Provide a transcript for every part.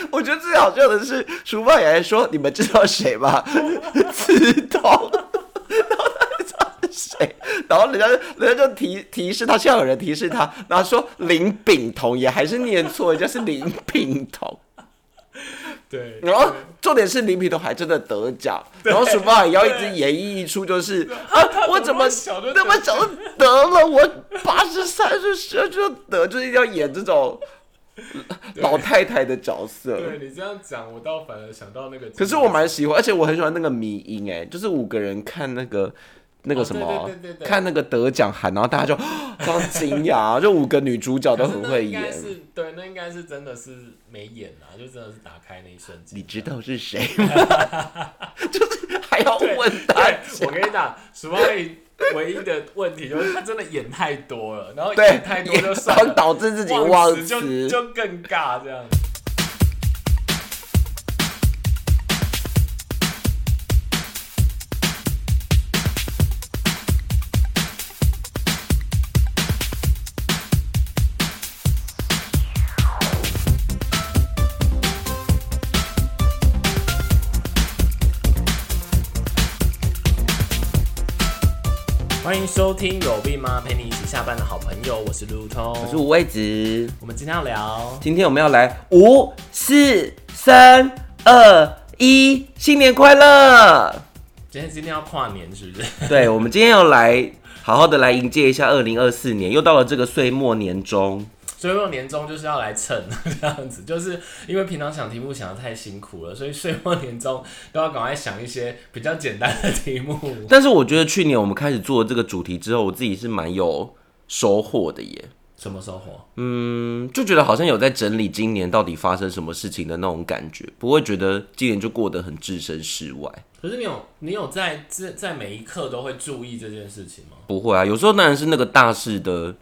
我觉得最好笑的是，厨房爷爷说：“你们知道谁吗？ 刺头。”谁？然后人家人家就提提示他，现在有人提示他，然后说林炳彤也还是念错，人家是林炳 彤。对，然后重点是林炳彤还真的得奖， 然后鼠爸也要一直演绎一出就是 啊，我怎么那么早就得了？我八十三岁时就得，就是要演这种老太太的角色。对你这样讲，我倒反而想到那个。可是我蛮喜欢，而且我很喜欢那个迷音哎，就是五个人看那个。那个什么，哦对对对对对看那个得奖函，然后大家就哦装惊讶， 就五个女主角都可是很那会 应该演。是对，那应该是真的是没演啊，就真的是打开那一瞬间。你知道是谁吗？ 就是还要问大家，对，我跟你讲，鼠猫妹唯一的问题就是她真的演太多了，然后对演太，多就然算后了，导致自己忘忘词就词。就更尬这样。欢迎收听有病吗？陪你一起下班的好朋友，我是路通，我是五位子，我们今天要聊今天我们要来五四三二一，新年快乐！今天今天要跨年是不 是？对，我们今天要来好好的来迎接一下二零二四年，又到了这个岁末年终。所以说年终就是要来蹭 这样子，就是因为平常想题目想的太辛苦了，所以岁末年终都要赶快想一些比较简单的题目。但是我觉得去年我们开始做这个主题之后，我自己是蛮有收获的耶。什么收获？嗯，就觉得好像有在整理今年到底发生什么事情的那种感觉，不会觉得今年就过得很置身事外。可是你有你有在这在每一刻都会注意这件事情吗？不会啊，有时候当然是那个大事的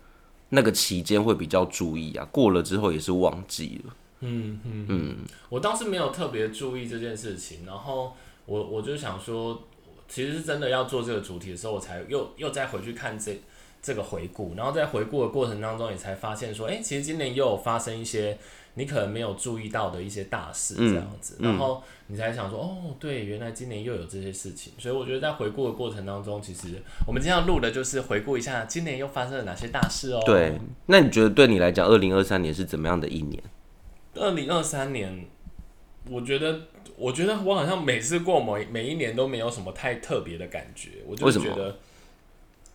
那个期间会比较注意啊，过了之后也是忘记了。嗯嗯嗯，我倒是没有特别注意这件事情，然后我我就想说，其实是真的要做这个主题的时候，我才又又再回去看这这个回顾，然后在回顾的过程当中，也才发现说，哎、其实今年又有发生一些你可能没有注意到的一些大事这样子，然后你才想说，哦，对，原来今年又有这些事情，所以我觉得在回顾的过程当中，其实我们今天要录的就是回顾一下今年又发生了哪些大事哦。对，那你觉得对你来讲，二零二三年是怎么样的一年？二零二三年，我觉得，我觉得我好像每次过每每一年都没有什么太特别的感觉，我就为什么觉得，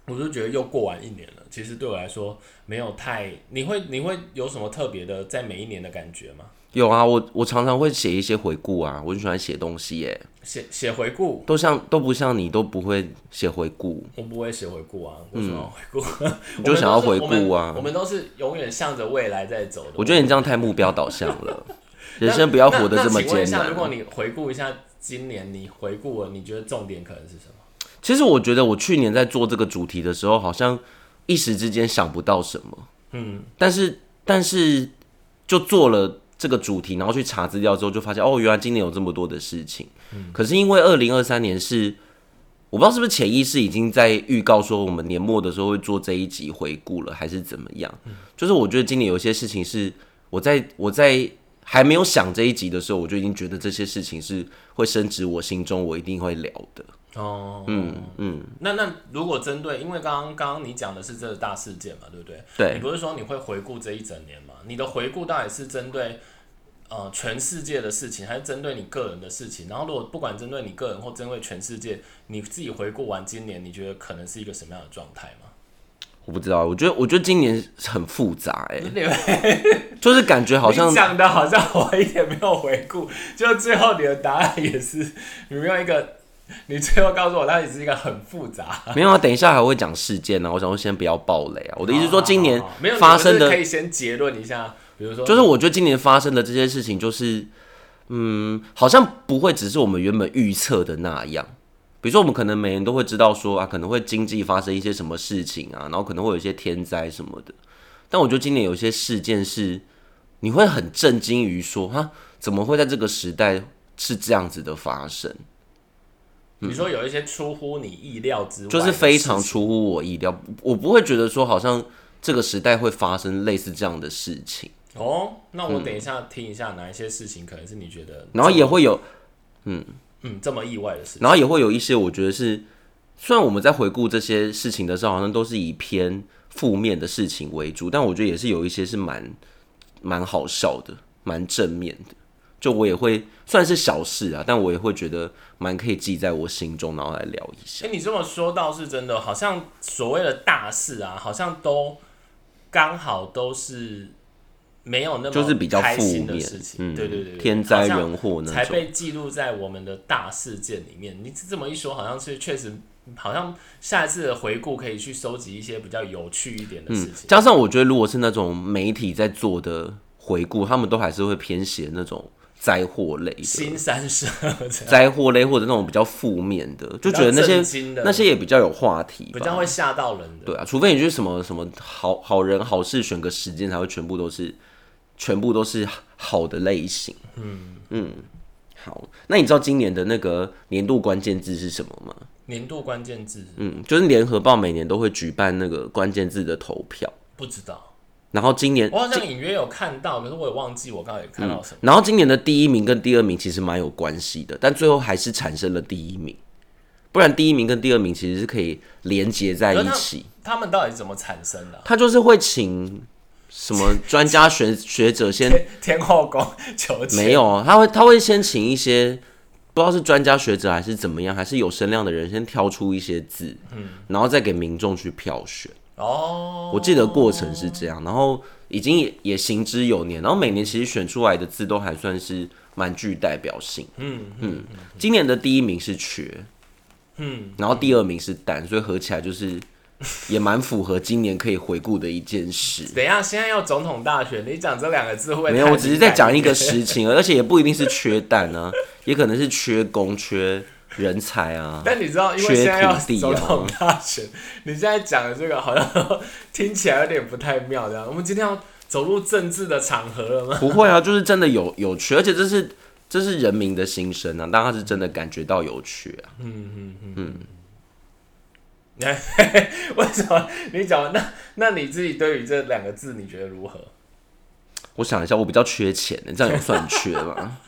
我就觉得又过完一年了。其实对我来说，没有太，你会你会有什么特别的在每一年的感觉吗？有啊，我我常常会写一些回顾啊，我很喜欢写东西耶，写写回顾，都像都不像你都不会写回顾，我不会写回顾啊，我想要回顾，嗯 你就想要回我们顾都是啊我们我们都是永远向着未来在走的。我觉得你这样太目标导向 了，人生不要活得这么那那请问一艰下难啊如。果你回顾一下今年，你回顾了，你觉得重点可能是什么？其实我觉得我去年在做这个主题的时候，好像一时之间想不到什么，嗯，但是但是就做了这个主题，然后去查资料之后，就发现哦，原来今年有这么多的事情。可是因为二零二三年是。我不知道是不是潜意识已经在预告说我们年末的时候会做这一集回顾了，还是怎么样？就是我觉得今年有一些事情是我在我在还没有想这一集的时候，我就已经觉得这些事情是会升值我心中，我一定会聊的。哦，嗯嗯，那那如果针对，因为刚刚刚刚你讲的是这个大事件嘛，对不对？对你不是说你会回顾这一整年嘛？你的回顾到底是针对呃全世界的事情，还是针对你个人的事情？然后如果不管针对你个人或针对全世界，你自己回顾完今年，你觉得可能是一个什么样的状态吗？我不知道，我觉得我觉得今年很复杂哎、你 就是感觉好 像你讲的好像我一点没有回顾，就最后你的答案也是你没有一个，你最后告诉我，它也是一个很复杂。没有啊。等一下还会讲事件啊呢、我想说先不要暴雷啊。我的意思是说，今年好好哦好没有你发们是生的可以先结论一下，比如说就是我觉得今年发生的这些事情，就是嗯，好像不会只是我们原本预测的那样。比如说，我们可能每人都会知道说啊，可能会经济发生一些什么事情啊，然后可能会有一些天灾什么的。但我觉得今年有一些事件是你会很震惊于说，哈，怎么会在这个时代是这样子的发生？你说有一些出乎你意料之外的嗯事就情，是非常出乎我意料，我不会觉得说好像这个时代会发生类似这样的事情。哦，那我等一下听一下哪一些事情可能是你觉得，然后也会有，嗯这么意外的事情。然后也会有一些我觉得是，虽然我们在回顾这些事情的时候，好像都是以偏负面的事情为主，但我觉得也是有一些是蛮蛮好笑的，蛮正面的。就我也会虽然是小事啊，但我也会觉得蛮可以记在我心中，然后来聊一下。哎、你这么说倒是真的，好像所谓的大事啊，好像都刚好都是没有那么就是比较开负心的面事，情，嗯，对对对对，天灾好像人祸那才种，被记录在我们的大事件里面。你这么一说，好像是确实，好像下一次的回顾可以去收集一些比较有趣一点的事嗯，情。加上我觉得如果是那种媒体在做的回顾，他们都还是会偏写那种灾祸类的，新三社这样灾祸类或者那种比较负面的，就觉得那比较些震惊的那些也比较有话题比吧。较会吓到人的。对啊，除非你去什么什么好好人好事选个时间，才会全部都是全部都是好的类型。嗯好。那你知道今年的那个年度关键字是什么吗？年度关键字嗯，就是联合报每年都会举办那个关键字的投票，不知道，然后今年我好像隐约有看到，可是我也忘记我刚才也看到什么。然后今年的第一名跟第二名其实蛮有关系的，但最后还是产生了第一名，不然第一名跟第二名其实是可以连接在可是一他起。他们到底怎么产生的啊、 他就是会请什么专家学学者先天后宫求签没有，他会他会先请一些不知道是专家学者还是怎么样，还是有声量的人先挑出一些字，然后再给民众去票选。哦，我记得过程是这样，然后已经也也行之有年，然后每年其实选出来的字都还算是蛮具代表性。嗯嗯，今年的第一名是缺，嗯，然后第二名是蛋，所以合起来就是也蛮符合今年可以回顾的一件事。等一下，现在要总统大选，你讲这两个字会不会没有，太我只是敏在感讲一个点实情，而且也不一定是缺蛋啊，也可能是缺工、缺人才 啊。但你知道，因为缺现在要土地总啊统大选，你现在讲的这个好哦像 听起来有点不太妙，这样。我们今天要走入政治的场合了吗？不会啊，就是真的有有缺，而且这是这是人民的心声啊，大家是真的感觉到有缺啊。为什么你讲？那那你自己对于这两个字，你觉得如何？我想一下，我比较缺钱的，这样有算缺 吗？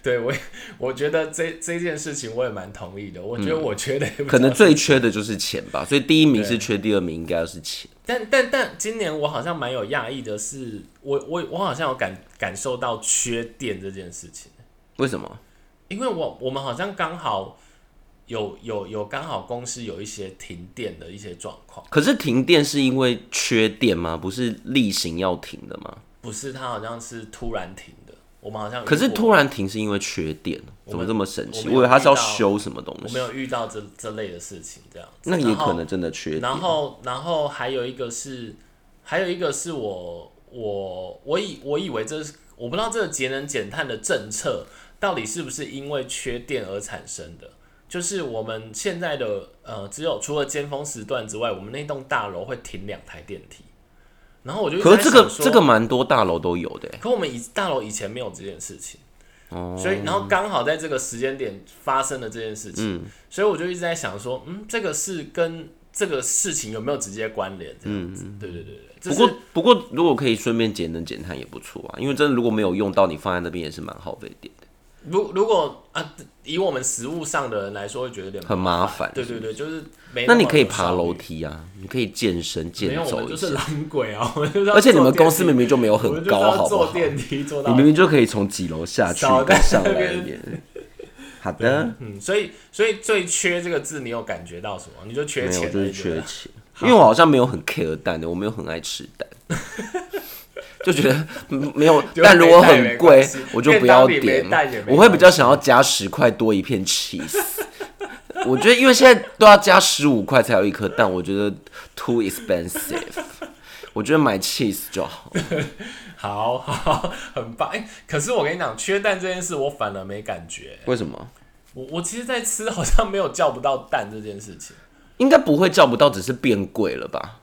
对我也，我觉得这这件事情我也蛮同意的。我觉得嗯我缺的也不 可能知道，最缺的就是钱吧，所以第一名是缺，第二名应该是钱。但但但今年我好像蛮有讶异的是，我我我好像有感感受到缺电这件事情。为什么？因为我我们好像刚好有有有刚好公司有一些停电的一些状况，可是停电是因为缺电吗？不是例行要停的吗？不是它好像是突然停的，我们好像可是遇过突然停是因为缺电，怎么这么神奇？我我们以为他是要我们有遇到修什么东我西没。有遇到这这类的事情这样子，那也然后可能真的缺点然。后，然后还有一个是，还有一个是我我我以我以为这是我不知道这个节能减碳的政策到底是不是因为缺电而产生的。就是我们现在的呃，只有除了尖峰时段之外，我们那栋大楼会停两台电梯。然后我就一直可在是这个想说这个蛮多大楼都有的欸，可我们以大楼以前没有这件事情，哦所以然后刚好在这个时间点发生了这件事嗯情，所以我就一直在想说，嗯，这个是跟这个事情有没有直接关联？这样嗯子，对对对对，这不是过不过如果可以顺便节能减碳也不错啊，因为真的如果没有用到，你放在那边也是蛮耗费电的，如如果啊，以我们实物上的人来说，会觉得有点很麻烦。对对对，就是没那么你可以有效爬楼率，梯啊，你可以健身没健有我们走就一下，是懒鬼啊，我们就是要而且你坐们电公司梯明明就没有我们很就是要高，好不坐好？电梯坐到你明明就可以从几楼下去少在跟上那来边一点。好的，嗯，所以所以最缺这个字，你有感觉到什么？你就缺没有钱，就是你觉得缺钱，因为我好像没有很 care 蛋的，我没有很爱吃蛋。 就觉得 嗯没有，就但如果没蛋也没很贵关系，我就不要便当里点没蛋也没。我会比较想要加十块多一片 cheese。我觉得因为现在都要加十五块才有一颗蛋，我觉得 too expensive。我觉得买 cheese 就好。好 好，很棒。哎、可是我跟你讲，缺蛋这件事，我反而没感觉。为什么？我我其实，在吃好像没有叫不到蛋这件事情，应该不会叫不到，只是变贵了吧？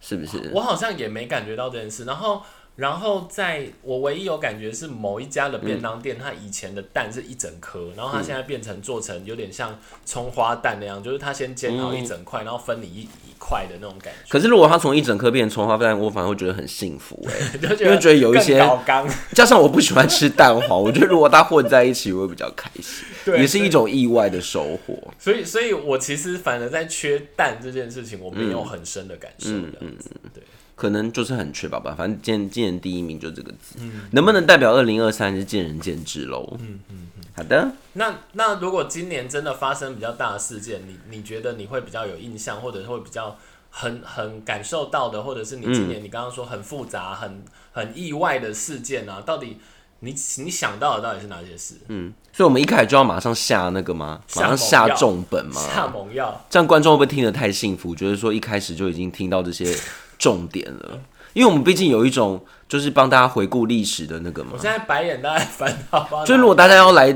是不是？我好像也没感觉到这件事。然后然后在我唯一有感觉是某一家的便当嗯店，它以前的蛋是一整颗，然后它现在变成做成有点像葱花蛋那样，就是它先煎好嗯一整块，然后分你一一块的那种感觉， 可是如果它从一整颗变成葱花蛋，我反而会觉得很幸福哎、就觉因为得觉得有一些更高 纲加上我不喜欢吃蛋黄， 我觉得如果它混在一起，我会比较开心，对也是一种意外的收获。所以，所以我其实反而在缺蛋这件事情，我没嗯有很深的感受，这样子，对，可能就是很缺乏吧，反正见见人第一名就这个字，能不能代表二零二三是见仁见智喽。嗯嗯，好的，那那如果今年真的发生比较大的事件，你你觉得你会比较有印象，或者会比较很很感受到的，或者是你今嗯年你刚刚说很复杂、很很意外的事件啊，到底你你想到的到底是哪些事？嗯，所以我们一开始就要马上下那个吗？下马上下重本吗？下猛药，这样观众会不会听得太幸福？觉得说一开始就已经听到这些重点了，因为我们毕竟有一种就是帮大家回顾历史的那个嘛我，现在白眼大概翻到翻到就如果大家要来，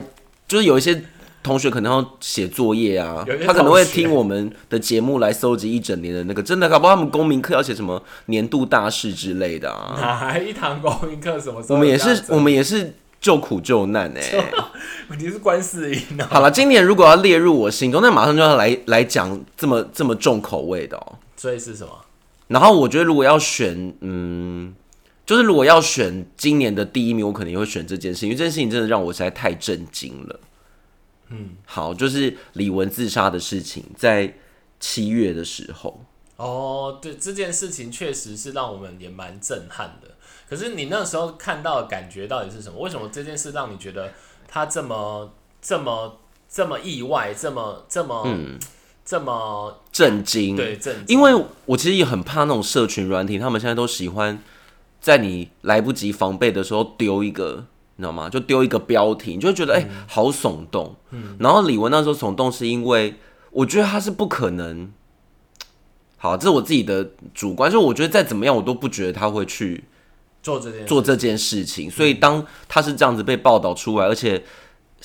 就是有一些同学可能要写作业啊有一，些他可能会同学听我们的节目来搜集一整年的那个，真的搞不好他们公民课要写什么年度大事之类的 啊。哪来一堂公民课？什么时候我们也这样是子，我们也是救苦救难 哎、你是观世音啊？好了，今年如果要列入我心中，那马上就要来来讲这么这么重口味的哦、所以是什么？然后我觉得如果要选，嗯，就是如果要选今年的第一名，我可能也会选这件事，因为这件事情真的让我实在太震惊了。嗯，好，就是李玟自杀的事情，在七月的时候，哦，对，这件事情确实是让我们也蛮震撼的。可是你那时候看到的感觉到底是什么？为什么这件事让你觉得他这么、这么、这么意外，这么、这么、这么震惊，对震惊？嗯因为我其实也很怕那种社群软体，他们现在都喜欢在你来不及防备的时候丢一个，你知道吗？就丢一个标题，你就会觉得哎、好耸动。然后李玟那时候耸动是因为我觉得他是不可能。好，这是我自己的主观，就我觉得再怎么样，我都不觉得他会去做这件事做这件事情。所以当他是这样子被报道出来，而且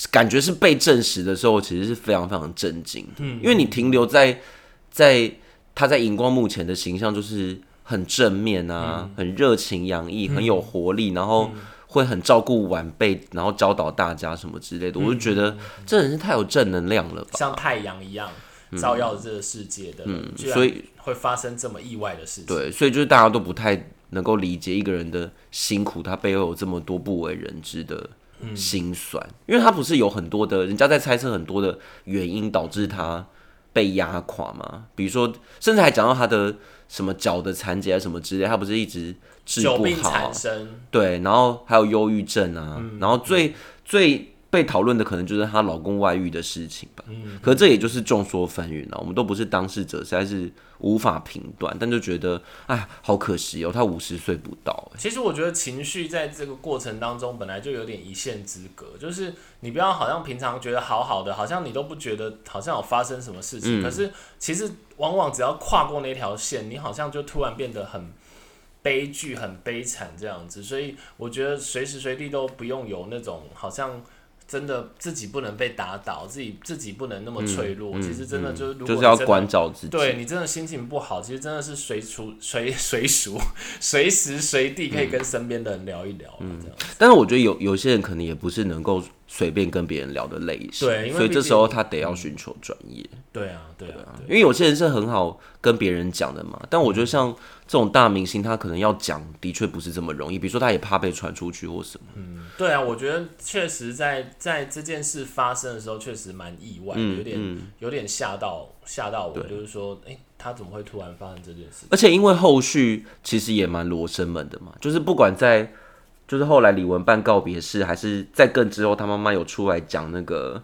感觉是被证实的时候，其实是非常非常震惊。嗯，因为你停留在在他在荧光幕前的形象就是很正面啊，嗯很热情洋溢，很有活力，然后。会很照顾晚辈，然后教导大家什么之类的，嗯我就觉得这人是太有正能量了吧。像太阳一样照耀这个世界的人，居嗯然所以会发生这么意外的事情。对，所以就是大家都不太能够理解一个人的辛苦，他背后有这么多不为人知的辛酸，嗯因为他不是有很多的人家在猜测很多的原因导致他被压垮嘛，比如说甚至还讲到他的什么脚的残疾啊什么之类，他不是一直治久不病好啊缠，身，对，然后还有忧郁症啊，嗯然后最、最被讨论的可能就是她老公外遇的事情吧。嗯可这也就是众说纷纭啊了，我们都不是当事者，实在是无法评断，但就觉得哎，好可惜哦，她五十岁不到、其实我觉得情绪在这个过程当中本来就有点一线之隔，就是你不要好像平常觉得好好的，好像你都不觉得好像有发生什么事情，嗯可是其实往往只要跨过那条线，你好像就突然变得很悲剧、很悲惨这样子。所以我觉得随时随地都不用有那种好像。真的自己不能被打倒，自己自己不能那么脆弱。嗯其实真的就是，如果就是要你真的关照自己。对你真的心情不好，其实真的是随处 随随熟， 随时随地可以跟身边的人聊一聊啊，这样。但是我觉得有有些人可能也不是能够随便跟别人聊的类型，对因为所以毕这竟时候他得要寻求专业。对啊，对啊，对。嗯因为有些人是很好跟别人讲的嘛，但我觉得像这种大明星，他可能要讲的确不是这么容易。比如说，他也怕被传出去或什么。对啊，我觉得确实在在这件事发生的时候，确实蛮意外嗯的，有点、有点吓到吓到我，就是说，哎、他怎么会突然发生这件事？而且因为后续其实也蛮罗生门的嘛，就是不管在就是后来李玟办告别式，还是在更之后，他妈妈有出来讲那个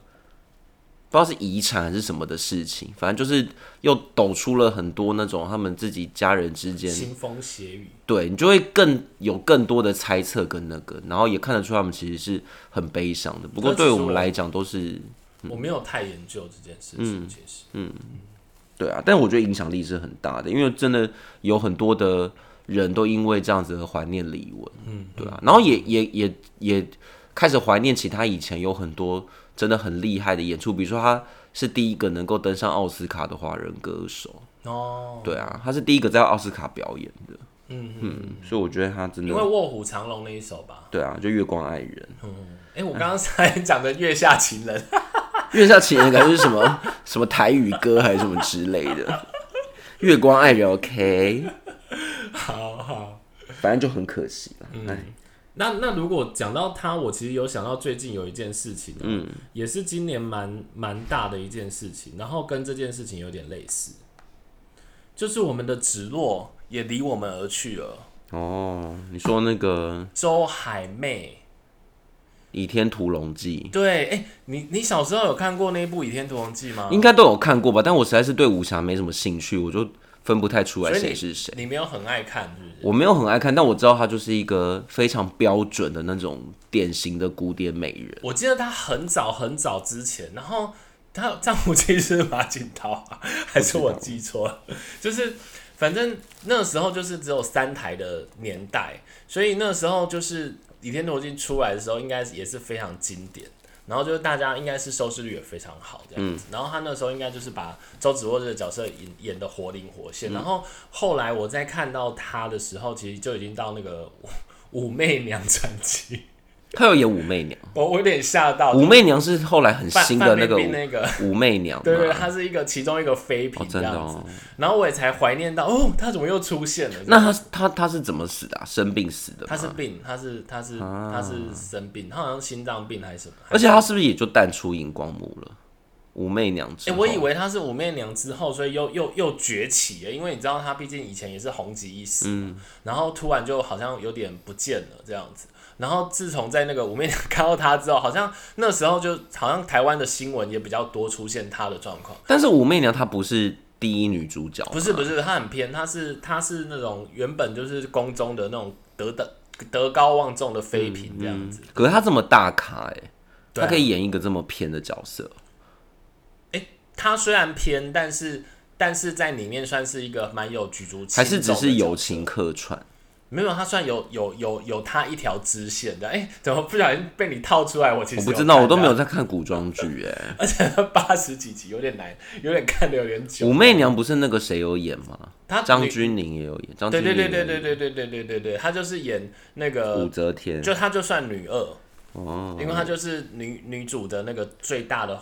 不知道是遗产还是什么的事情，反正就是又抖出了很多那种他们自己家人之间腥风血雨，对你就会更有更多的猜测跟那个，然后也看得出他们其实是很悲伤的。不过那其对实我们我来讲都是我没有太研究这件事嗯情，其实。对啊，但我觉得影响力是很大的，因为真的有很多的人都因为这样子而怀念李玟，嗯，对啊，然后也也也也开始怀念起他以前有很多真的很厉害的演出，比如说他是第一个能够登上奥斯卡的华人歌手，哦，对啊，他是第一个在奥斯卡表演的，嗯嗯嗯，所以我觉得他真因为的卧虎藏龙那一首吧。对啊，就月光爱人，哎、我刚刚才讲的《月下情人》 月下情人感觉是什么什么台语歌还是什么之类的，月光爱人 OK，好好。反正就很可惜了。哎、那那如果讲到他，我其实有想到最近有一件事情、嗯，也是今年蛮蛮大的一件事情，然后跟这件事情有点类似，就是我们的直落也离我们而去了。哦，你说那个《周海媚，倚天屠龙记对，哎、你你小时候有看过那部《倚天屠龙记》吗》？应该都有看过吧？但我实在是对武侠没什么兴趣，我就分不太出来所以谁你是谁。你没有很爱看，是不是？我没有很爱看，但我知道她就是一个非常标准的那种典型的古典美人。我记得他很早很早之前，然后他丈夫其实是马景涛啊，还是我记错了？就是反正那时候就是只有三台的年代，所以那时候就是《倚天屠龙记》出来的时候，应该也是非常经典。然后就是大家应该是收视率也非常好这样子，然后他那时候应该就是把周芷若这个角色演演的活灵活现，然后后来我在看到他的时候，其实就已经到那个武武媚娘传奇，她有演武媚娘，我我有点吓到，武媚娘是后来很范新的那个哦范冰武冰那个，武媚娘嘛，对对，它是一个其中一个妃嫔哦，这真的样子。哦。然后我也才怀念到，哦，他怎么又出现了？那她她她是怎么死的、啊？生病死的吗？他是病，他是他是他是生病，他好像心脏病还是什么？啊而且她是不是也就淡出荧光幕了？武媚娘之哎、后，我以为她是武媚娘之后，所以又又又崛起了，因为你知道她毕竟以前也是红极一时，嗯然后突然就好像有点不见了这样子。然后自从在那个武媚娘看到她之后，好像那时候就好像台湾的新闻也比较多出现她的状况。但是武媚娘她不是第一女主角，不是不是，她很偏，她是她是那种原本就是宫中的那种德的德高望重的妃嫔这样子。可是她这么大咖哎、对她啊可以演一个这么偏的角色，她虽然偏，但是但是在里面算是一个蛮有举足轻还是只重是的角友情客串？没有，她算有有有有她一条支线的。哎、怎么不小心被你套出来？我其实我不知道，看啊我都到没有，在看古装剧哎、而且八十几集有点难，有点看的有点久。武媚娘不是那个谁有演吗？她张女钧甯也有演，张对钧甯对对也对有演对对对对对对对，她就是演那个武则天就她就算女二，哦。因为她就是女女主的那个最大的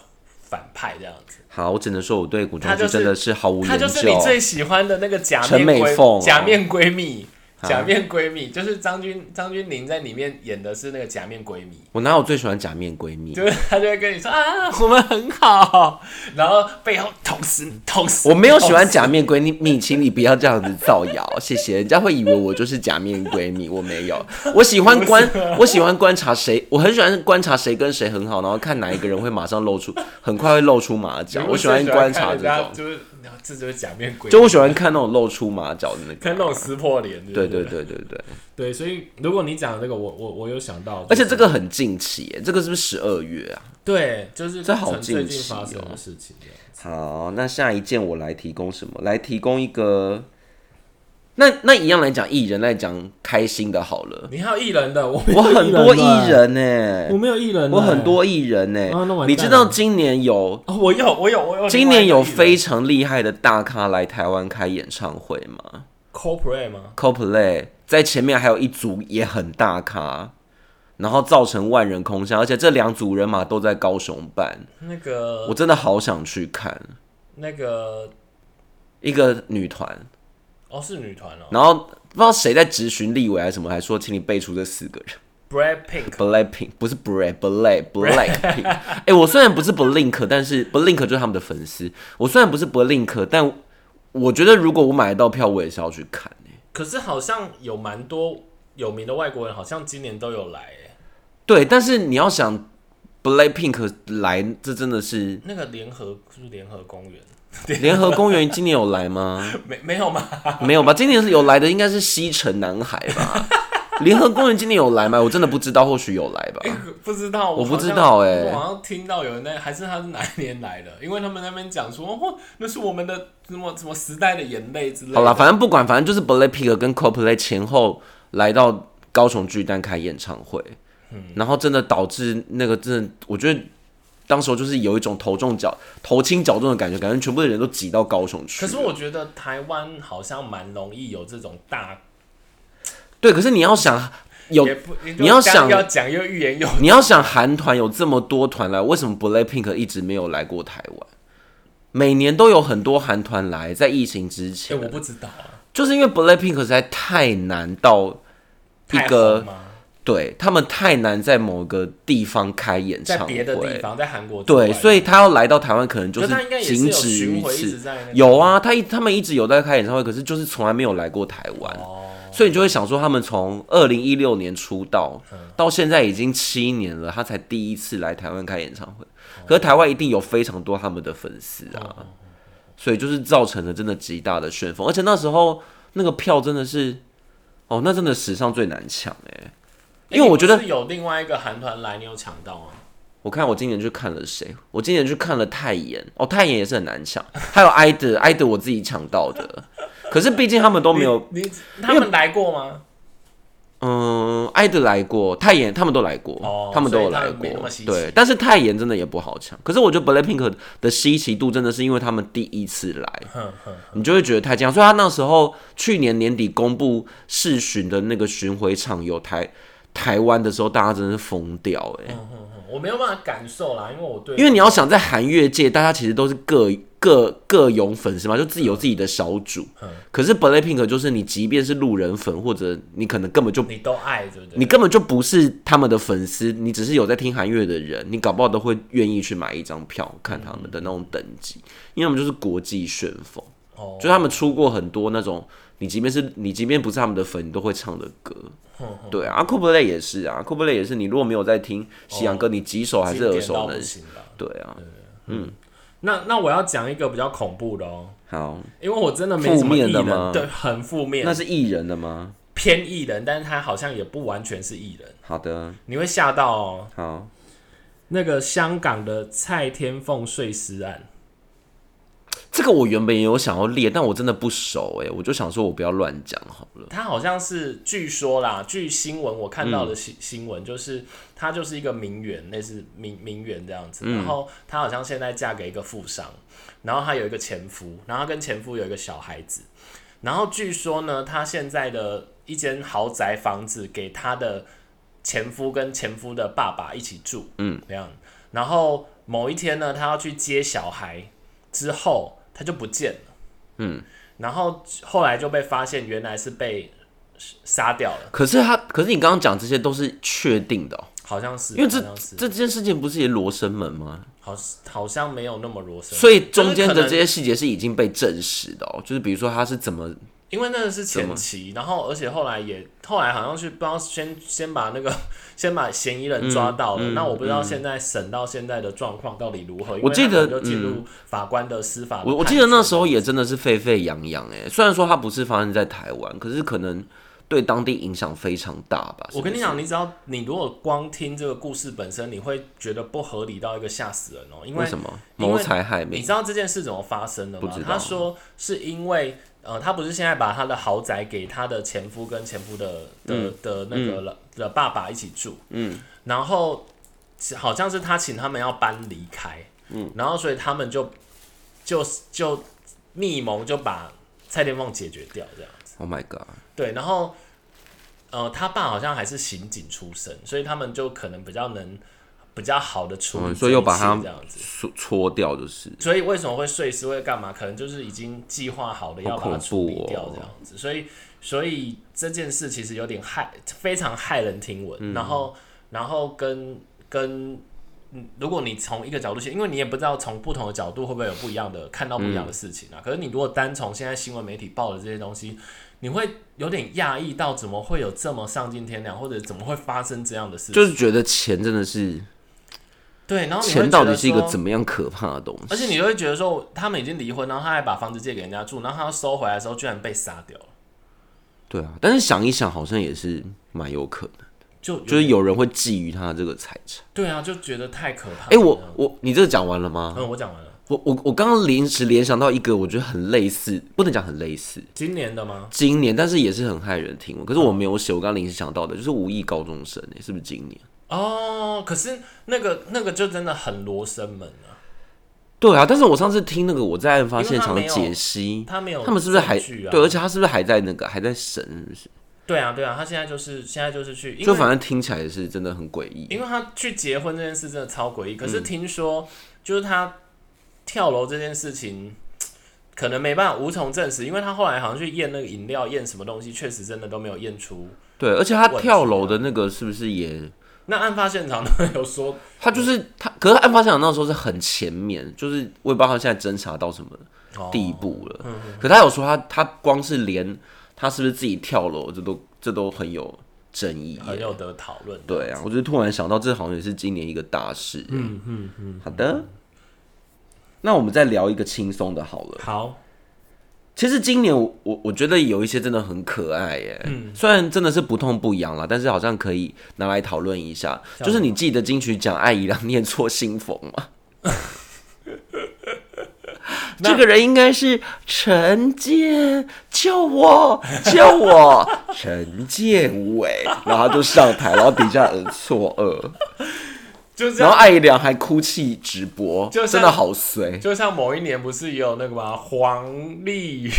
反派这样子。好，我只能说我对古装她就剧是真的是毫无她研就究。是你最喜欢的那个假陈美面闺、凤哦啊假面闺蜜，假面闺蜜就是张钧张钧甯在里面演的是那个假面闺蜜。我哪有最喜欢假面闺蜜？啊就是她就会跟你说啊，我们很好，然后背后捅死你，捅死你。我没有喜欢捅死假面闺蜜， 请你不要这样子造谣，谢谢。人家会以为我就是假面闺蜜，我没有。我喜欢观，我喜欢观察谁，我很喜欢观察谁跟谁很好，然后看哪一个人会马上露出，很快会露出马脚。你。我喜欢最观看察人这家种，就是这就是假面闺蜜，就我喜欢看那种露出马脚的那看个。那种撕破脸。不对对对对对，对，所以如果你讲的这个，我我我有想到，而且这个很近期耶，这个是不是十二月啊？对，就是这好从最近近期发哦生的事情这啊样。好，那下一件我来提供什么？来提供一个，那那一样来讲艺人来讲开心的好了。你还有艺人的， 我没有 我很多艺的，人呢、我没有艺人的，我很多艺人呢、啊那完蛋了你知道今年有哦，我有，我有，我有。今年有非常厉害的大咖来台湾开演唱会吗 CoPlay 吗？ ？CoPlay 在前面还有一组也很大咖，然后造成万人空巷，而且这两组人马都在高雄办，那个我真的好想去看那个一个女团，哦，是女团哦然后不知道谁在质询立委还是什么，还说请你背出这四个人。 ，Brad Pink。 Blackpink 不是 Black Black Blackpink，哎、 欸我虽然不是 Blink，但是 Blink 就是他们的粉丝。我虽然不是 Blink，但我觉得如果我买得到票，我也是要去看、欸、可是好像有蛮多有名的外国人，好像今年都有来耶。对，但是你要想 Blackpink 来，这真的是那个联合是不是联合公园？ 联合公园今年有来吗？没没有吗？ 没有吧？今年是有来的，应该是西城男孩吧？联合公园今年有来吗？我真的不知道，或许有来吧。不知道，我不好像知道欸耶我好像听到有人在，还是他是哪一年来的？因为他们那边讲说，哦，那是我们的什么什么时代的眼泪之类的。好啦，反正不管，反正就是 Blackpink 跟 Coldplay 前后来到高雄巨蛋开演唱会，嗯然后真的导致那个真的，我觉得当时候就是有一种头重脚头轻脚重的感觉，感觉全部的人都挤到高雄去。可是我觉得台湾好像蛮容易有这种大对，可是你要想有也不，你要想要讲又 欲言又你要想韩团有这么多团来，为什么 BLACKPINK 一直没有来过台湾？每年都有很多韩团来，在疫情之哎、前，我不知道啊，就是因为 BLACKPINK 实在太难到一太个红吗？对他们太难在某个地方开演在唱别的地会，方，在韩国之外对，所以他要来到台湾，可能就可他应该也仅是有止于巡回，一直此。在那个有啊，他一他们一直有在开演唱会，可是就是从来没有来过台湾，哦，所以你就会想说，他们从二零一六年出道嗯到现在已经七年了，他才第一次来台湾开演唱会。可是台湾一定有非常多他们的粉丝啊，哦所以就是造成了真的极大的旋风，而且那时候那个票真的是，哦，那真的史上最难抢哎、因为我觉得哎你不是有另外一个韩团来，你有抢到吗？我看我今年去看了谁？我今年去看了泰妍哦，泰妍也是很难抢，还有艾德，艾德我自己抢到的，可是毕竟他们都没有，你他们来过吗？嗯，艾德来过，泰妍他们都来过，哦他们都有所以他来们过没那么稀，奇对，但是泰妍真的也不好抢，可是我觉得 BLACKPINK 的稀奇度真的是因为他们第一次来，哼哼，你就会觉得太惊讶。所以他那时候去年年底公布世巡的那个巡回场有台台湾的时候，大家真的是疯掉哎、哼哼哼我没有办法感受啦，因为我对因为你要想，在韩乐界，大家其实都是各各各有粉丝嘛，就自己有自己的小组。嗯可是 BLACKPINK 就是你，即便是路人粉，或者你可能根本就你都爱，对不对？你根本就不是他们的粉丝，你只是有在听韩乐的人，你搞不好都会愿意去买一张票看他们的那种等级，因为他们就是国际旋风，哦，就他们出过很多那种，你即便是你即便不是他们的粉，你都会唱的歌。哼哼对啊，酷布雷也是啊，酷布雷也是，你如果没有在听西洋歌，你几首还是耳经典到熟不能详。行吧？对啊，那那我要讲一个比较恐怖的哦，好。因为我真的没什负么艺面的人，吗对，很负面那，是艺人的吗？偏艺人，但是他好像也不完全是艺人，好的，你会吓到哦。好，那个香港的蔡天凤碎尸案，这个我原本也有想要列，但我真的不熟哎、我就想说我不要乱讲好了。他好像是据说啦，据新闻我看到的新新闻，就是她就是一个名媛，类似名名媛这样子。然后她好像现在嫁给一个富商，然后她有一个前夫，然后她跟前夫有一个小孩子。然后据说呢，她现在的一间豪宅房子给她的前夫跟前夫的爸爸一起住，嗯，这样。然后某一天呢，她要去接小孩，之后她就不见了，嗯，然后后来就被发现原来是被杀掉了，可是他，可是你刚刚讲这些都是确定的哦、好像是，因为好这像是这件事情不是也罗生门吗？好好像没有那么罗生门，所以中间的就是可这些能细节是已经被证实的哦、就是比如说他是怎么，因为那个是前期，然后而且后来也后来好像去不知道先先把那个 先把嫌疑人抓到了，那我不知道现在审到现在的状况到底如何，因为嗯我记他可能得嗯就进入法官的司法的我我判记得那决时候也真的是沸沸扬扬哎，虽然说他不是发生在台湾，可是可能对当地影响非常大吧。我跟你是不是，讲，你只要你如果光听这个故事本身，你会觉得不合理到一个吓死人哦、因为为什么因为谋财害命你？知道这件事怎么发生的哎不吗知？道他说是因为呃，他不是现在把他的豪宅给他的前夫跟前夫的的嗯的那个了的爸爸一起住，嗯，然后好像是他请他们要搬离开，嗯，然后所以他们就就就密谋就把蔡天凤解决掉这样。 Oh my god！对，然后呃，他爸好像还是刑警出身，所以他们就可能比较能比较好的处嗯，理这一切，所以又把它这样子。戳戳掉，就是所以为什么会碎尸会干嘛？可能就是已经计划好的要好把恐它处理怖哦掉这样子，所以所以这件事其实有点害，非常骇人听嗯闻。然后然后跟跟。嗯如果你从一个角度去，因为你也不知道从不同的角度会不会有不一样的看到不一嗯样的事情啊。可是你如果单从现在新闻媒体报的这些东西，你会有点讶异到怎么会有这么丧尽天良，或者怎么会发生这样的事情？就是觉得钱真的是对，然后你会钱觉到得底是一个说怎么样可怕的东而西？且你就会觉得说，他们已经离婚，然后他还把房子借给人家住，然后他要收回来的时候，居然被杀掉了，对啊，但是想一想，好像也是蛮有可能，就就是有人会觊觎他的这个财产。对啊，就觉得太可怕了。哎、我我你这个讲完了吗？嗯，我讲完了，我我我刚刚临时联想到一个，我觉得很类似，不能讲很类似，今年的吗？今年但是也是很骇人听闻。可是我没有写，我刚刚临时想到的就是无意高中生、欸，是不是今年？哦，可是那个那个就真的很罗生门啊，对啊，但是我上次听那个我在案发现场因为他没有解析，他没有他们是不是还、证据啊？对？而且他是不是还在那个还在审？是不是？对啊，对啊，他现在就是现在就是去，因就为反正听起来是真的很诡异。因为他去结婚这件事真的超嗯诡异。可是听说，就是他跳楼这件事情，可能没办法无从证实，因为他后来好像去验那个饮料，验什么东西，确实真的都没有验出。对，而且他问题啊跳楼的那个是不是也？那案发现场呢有说，他嗯就是他，可是案发现场那时候是很前面，就是我也不知道他现在侦查到什么哦地步了。可他有说他他光是连他是不是自己跳楼，这都这都很有争议很耶。有得讨论。对啊，我就突然想到，这好像也是今年一个大事。嗯嗯嗯。好的，那我们再聊一个轻松的好了。好，其实今年我我我觉得有一些真的很可爱耶，嗯虽然真的是不痛不痒啦，但是好像可以拿来讨论一下。像就是你记得金曲奖艾怡良念错新逢吗？ 那这个人应该是陈建，救我，救我， 陈建伟，然后他就上台，然后底下很错愕，就 这然后样。艾怡良还哭泣直播，就像真的好衰。就像某一年不是也有那个吗？黄丽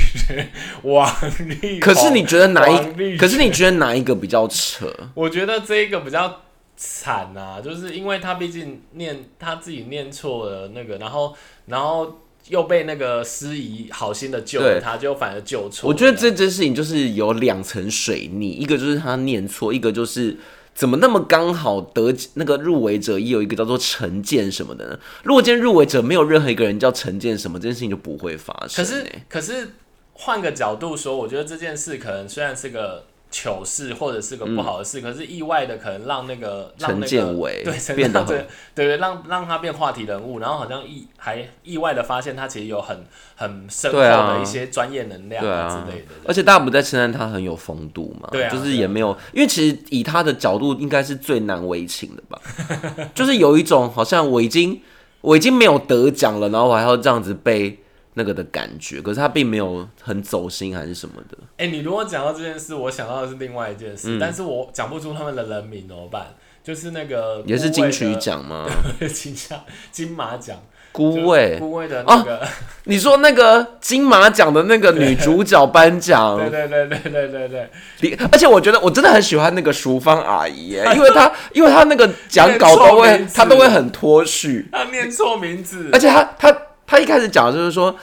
王力宏，可是你觉得哪王力一？宏可是你觉得哪一个比较扯？我觉得这个比较惨啊，就是因为他毕竟念他自己念错了那个，然后然后又被那个司仪好心的救了对他，就反而救错了。我觉得这件事情就是有两层水逆，一个就是他念错，一个就是怎么那么刚好得那个入围者也有一个叫做陈建什么的呢？如果今天入围者没有任何一个人叫陈建什么，这件事情就不会发可生、欸。是可是换个角度说，我觉得这件事可能虽然是个糗事或者是个不好的事，可是意外的可能让那个陈让那个建伟对陈变得对很对对让让他变话题人物，然后好像意还意外的发现他其实有很很深厚对啊的一些专业能量对啊啊之类的。而且大家不在称赞他很有风度嘛，对啊就是也没有，因为其实以他的角度，应该是最难为情的吧， 就是有一种好像我已经我已经没有得奖了，然后我还要这样子被那个的感觉，可是他并没有很走心还是什么的。哎、你如果讲到这件事，我想到的是另外一件嗯事，但是我讲不出他们的人名怎么办？就是那个也是顾金魏曲的，奖 吗？金像金马奖，孤就味，顾魏的哦那个，你说那个金马奖的那个女主角颁奖 对，对对对对对对，你而且我觉得我真的很喜欢那个淑芳阿姨 耶，因为她因为她那个讲稿都那个臭会名，字她都会很脱序，他念错名字而，且她她她一开始讲的就是说，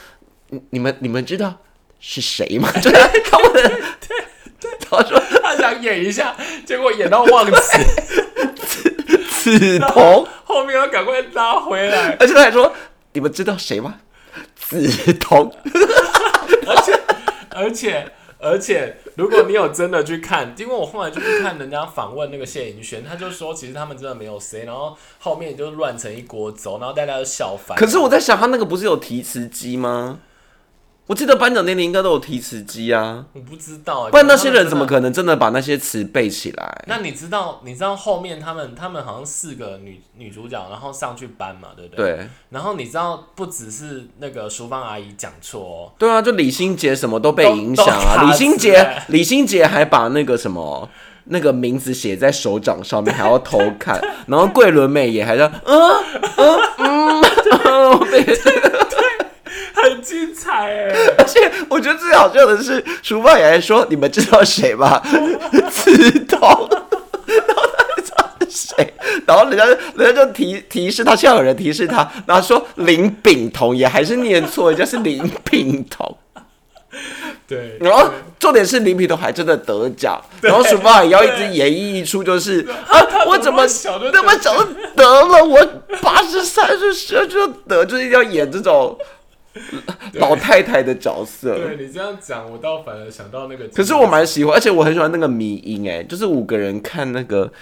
你你们你们知道是谁 吗？就是她问，她说他想演一下，结果演到忘词，梓潼，后面要赶快拉回来，而且她还说你们知道谁吗？梓潼，而且而且。而且，如果你有真的去看，因为我后来就去看人家访问那个谢盈萱，他就说其实他们真的没有谁，然后后面就乱成一锅粥，然后大家都笑翻。可是我在想，她那个不是有提词机吗？我记得颁奖典礼应该都有提词机啊。我不知道欸、不然那可些能他们人怎么真的？可能真的把那些词背起来？那你知道，你知道后面他们他们好像四个女女主角，然后上去搬嘛，对不对？对。对然后你知道，不只是那个淑芳阿姨讲错、哦，对啊，就李心洁什么都被影响都都卡啊！死李心洁了，李心洁还把那个什么那个名字写在手掌上面，还要偷 看。然后桂纶镁也还在，嗯嗯嗯嗯，对。 很精彩哎！ 而且我觉得最好笑的是，厨房也还说：“你们知道谁吗？ 刺桐。”谁？然后人家就人家就提提示他，现在有人提示他，然后说林炳彤也还是念错，人家是林炳 彤。对，然后重点是林炳彤还真的得奖，然后鼠爸也要一直演绎出就是啊，我怎么小就那么早就得了，我八十三岁时候就得，就是一定要演这种老太太的角色。对你这样讲，我倒反而想到那个。可是我蛮喜欢，而且我很喜欢那个迷音，哎，就是五个人看那个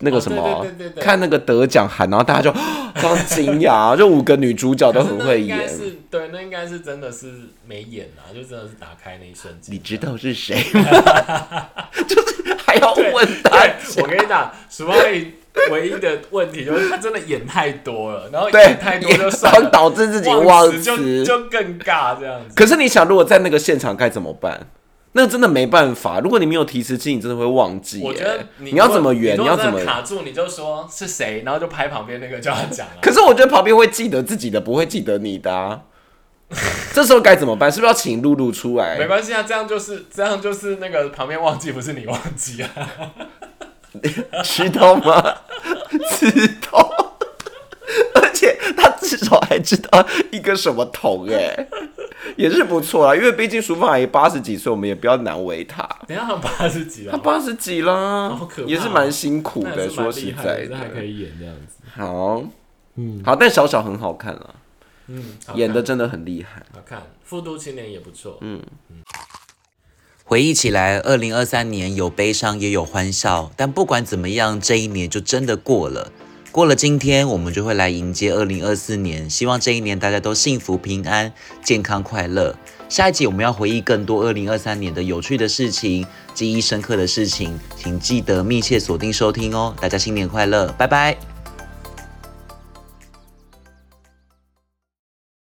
那个什么，哦对对对对对看那个得奖函，然后大家就这样惊 讶，就五个女主角可都是很那会应该演。是对，那应该是真的是没演啊，就真的是打开那一瞬间。你知道是谁吗？ 就是还要问大家。对，我跟你讲，鼠阿姨唯一的问题就是她真的演太多了，然后对演太多就算然后了，导致自己忘忘词词就就更尬这样子。可是你想，如果在那个现场该怎么办？那真的没办法。如果你没有提词机，你真的会忘记耶。我觉得你你要怎么圆？如你果要真怎的么？卡住？你就说是谁，然后就拍旁边那个叫他讲啊。 可是我觉得旁边会记得自己的，不会记得你的啊。这时候该怎么办？是不是要请露露出没来？关系啊，这样就是这样就是那个旁边忘记不是你忘记啊，知道吗？知道。而且他至少还知道一个什么桶哎、 也是不错啊啦。因为毕竟淑芳阿姨八十几岁，我们也不要难为她。等一下好像八十几她了，八十几啦，好哦可怕哦也是蛮辛苦那的。也是说蛮实厉害在的，这的，还可以演这样子，好，嗯，好，但小小很好看啦，嗯，好看演的真的很厉害。好看，《复读青年》也不错，回忆起来，二零二三年有悲伤也有欢笑，但不管怎么样，这一年就真的过了。过了今天，我们就会来迎接二零二四年。希望这一年大家都幸福平安、健康快乐。下一集我们要回忆更多二零二三年的有趣的事情、记忆深刻的事情，请记得密切锁定收听哦。大家新年快乐，拜拜。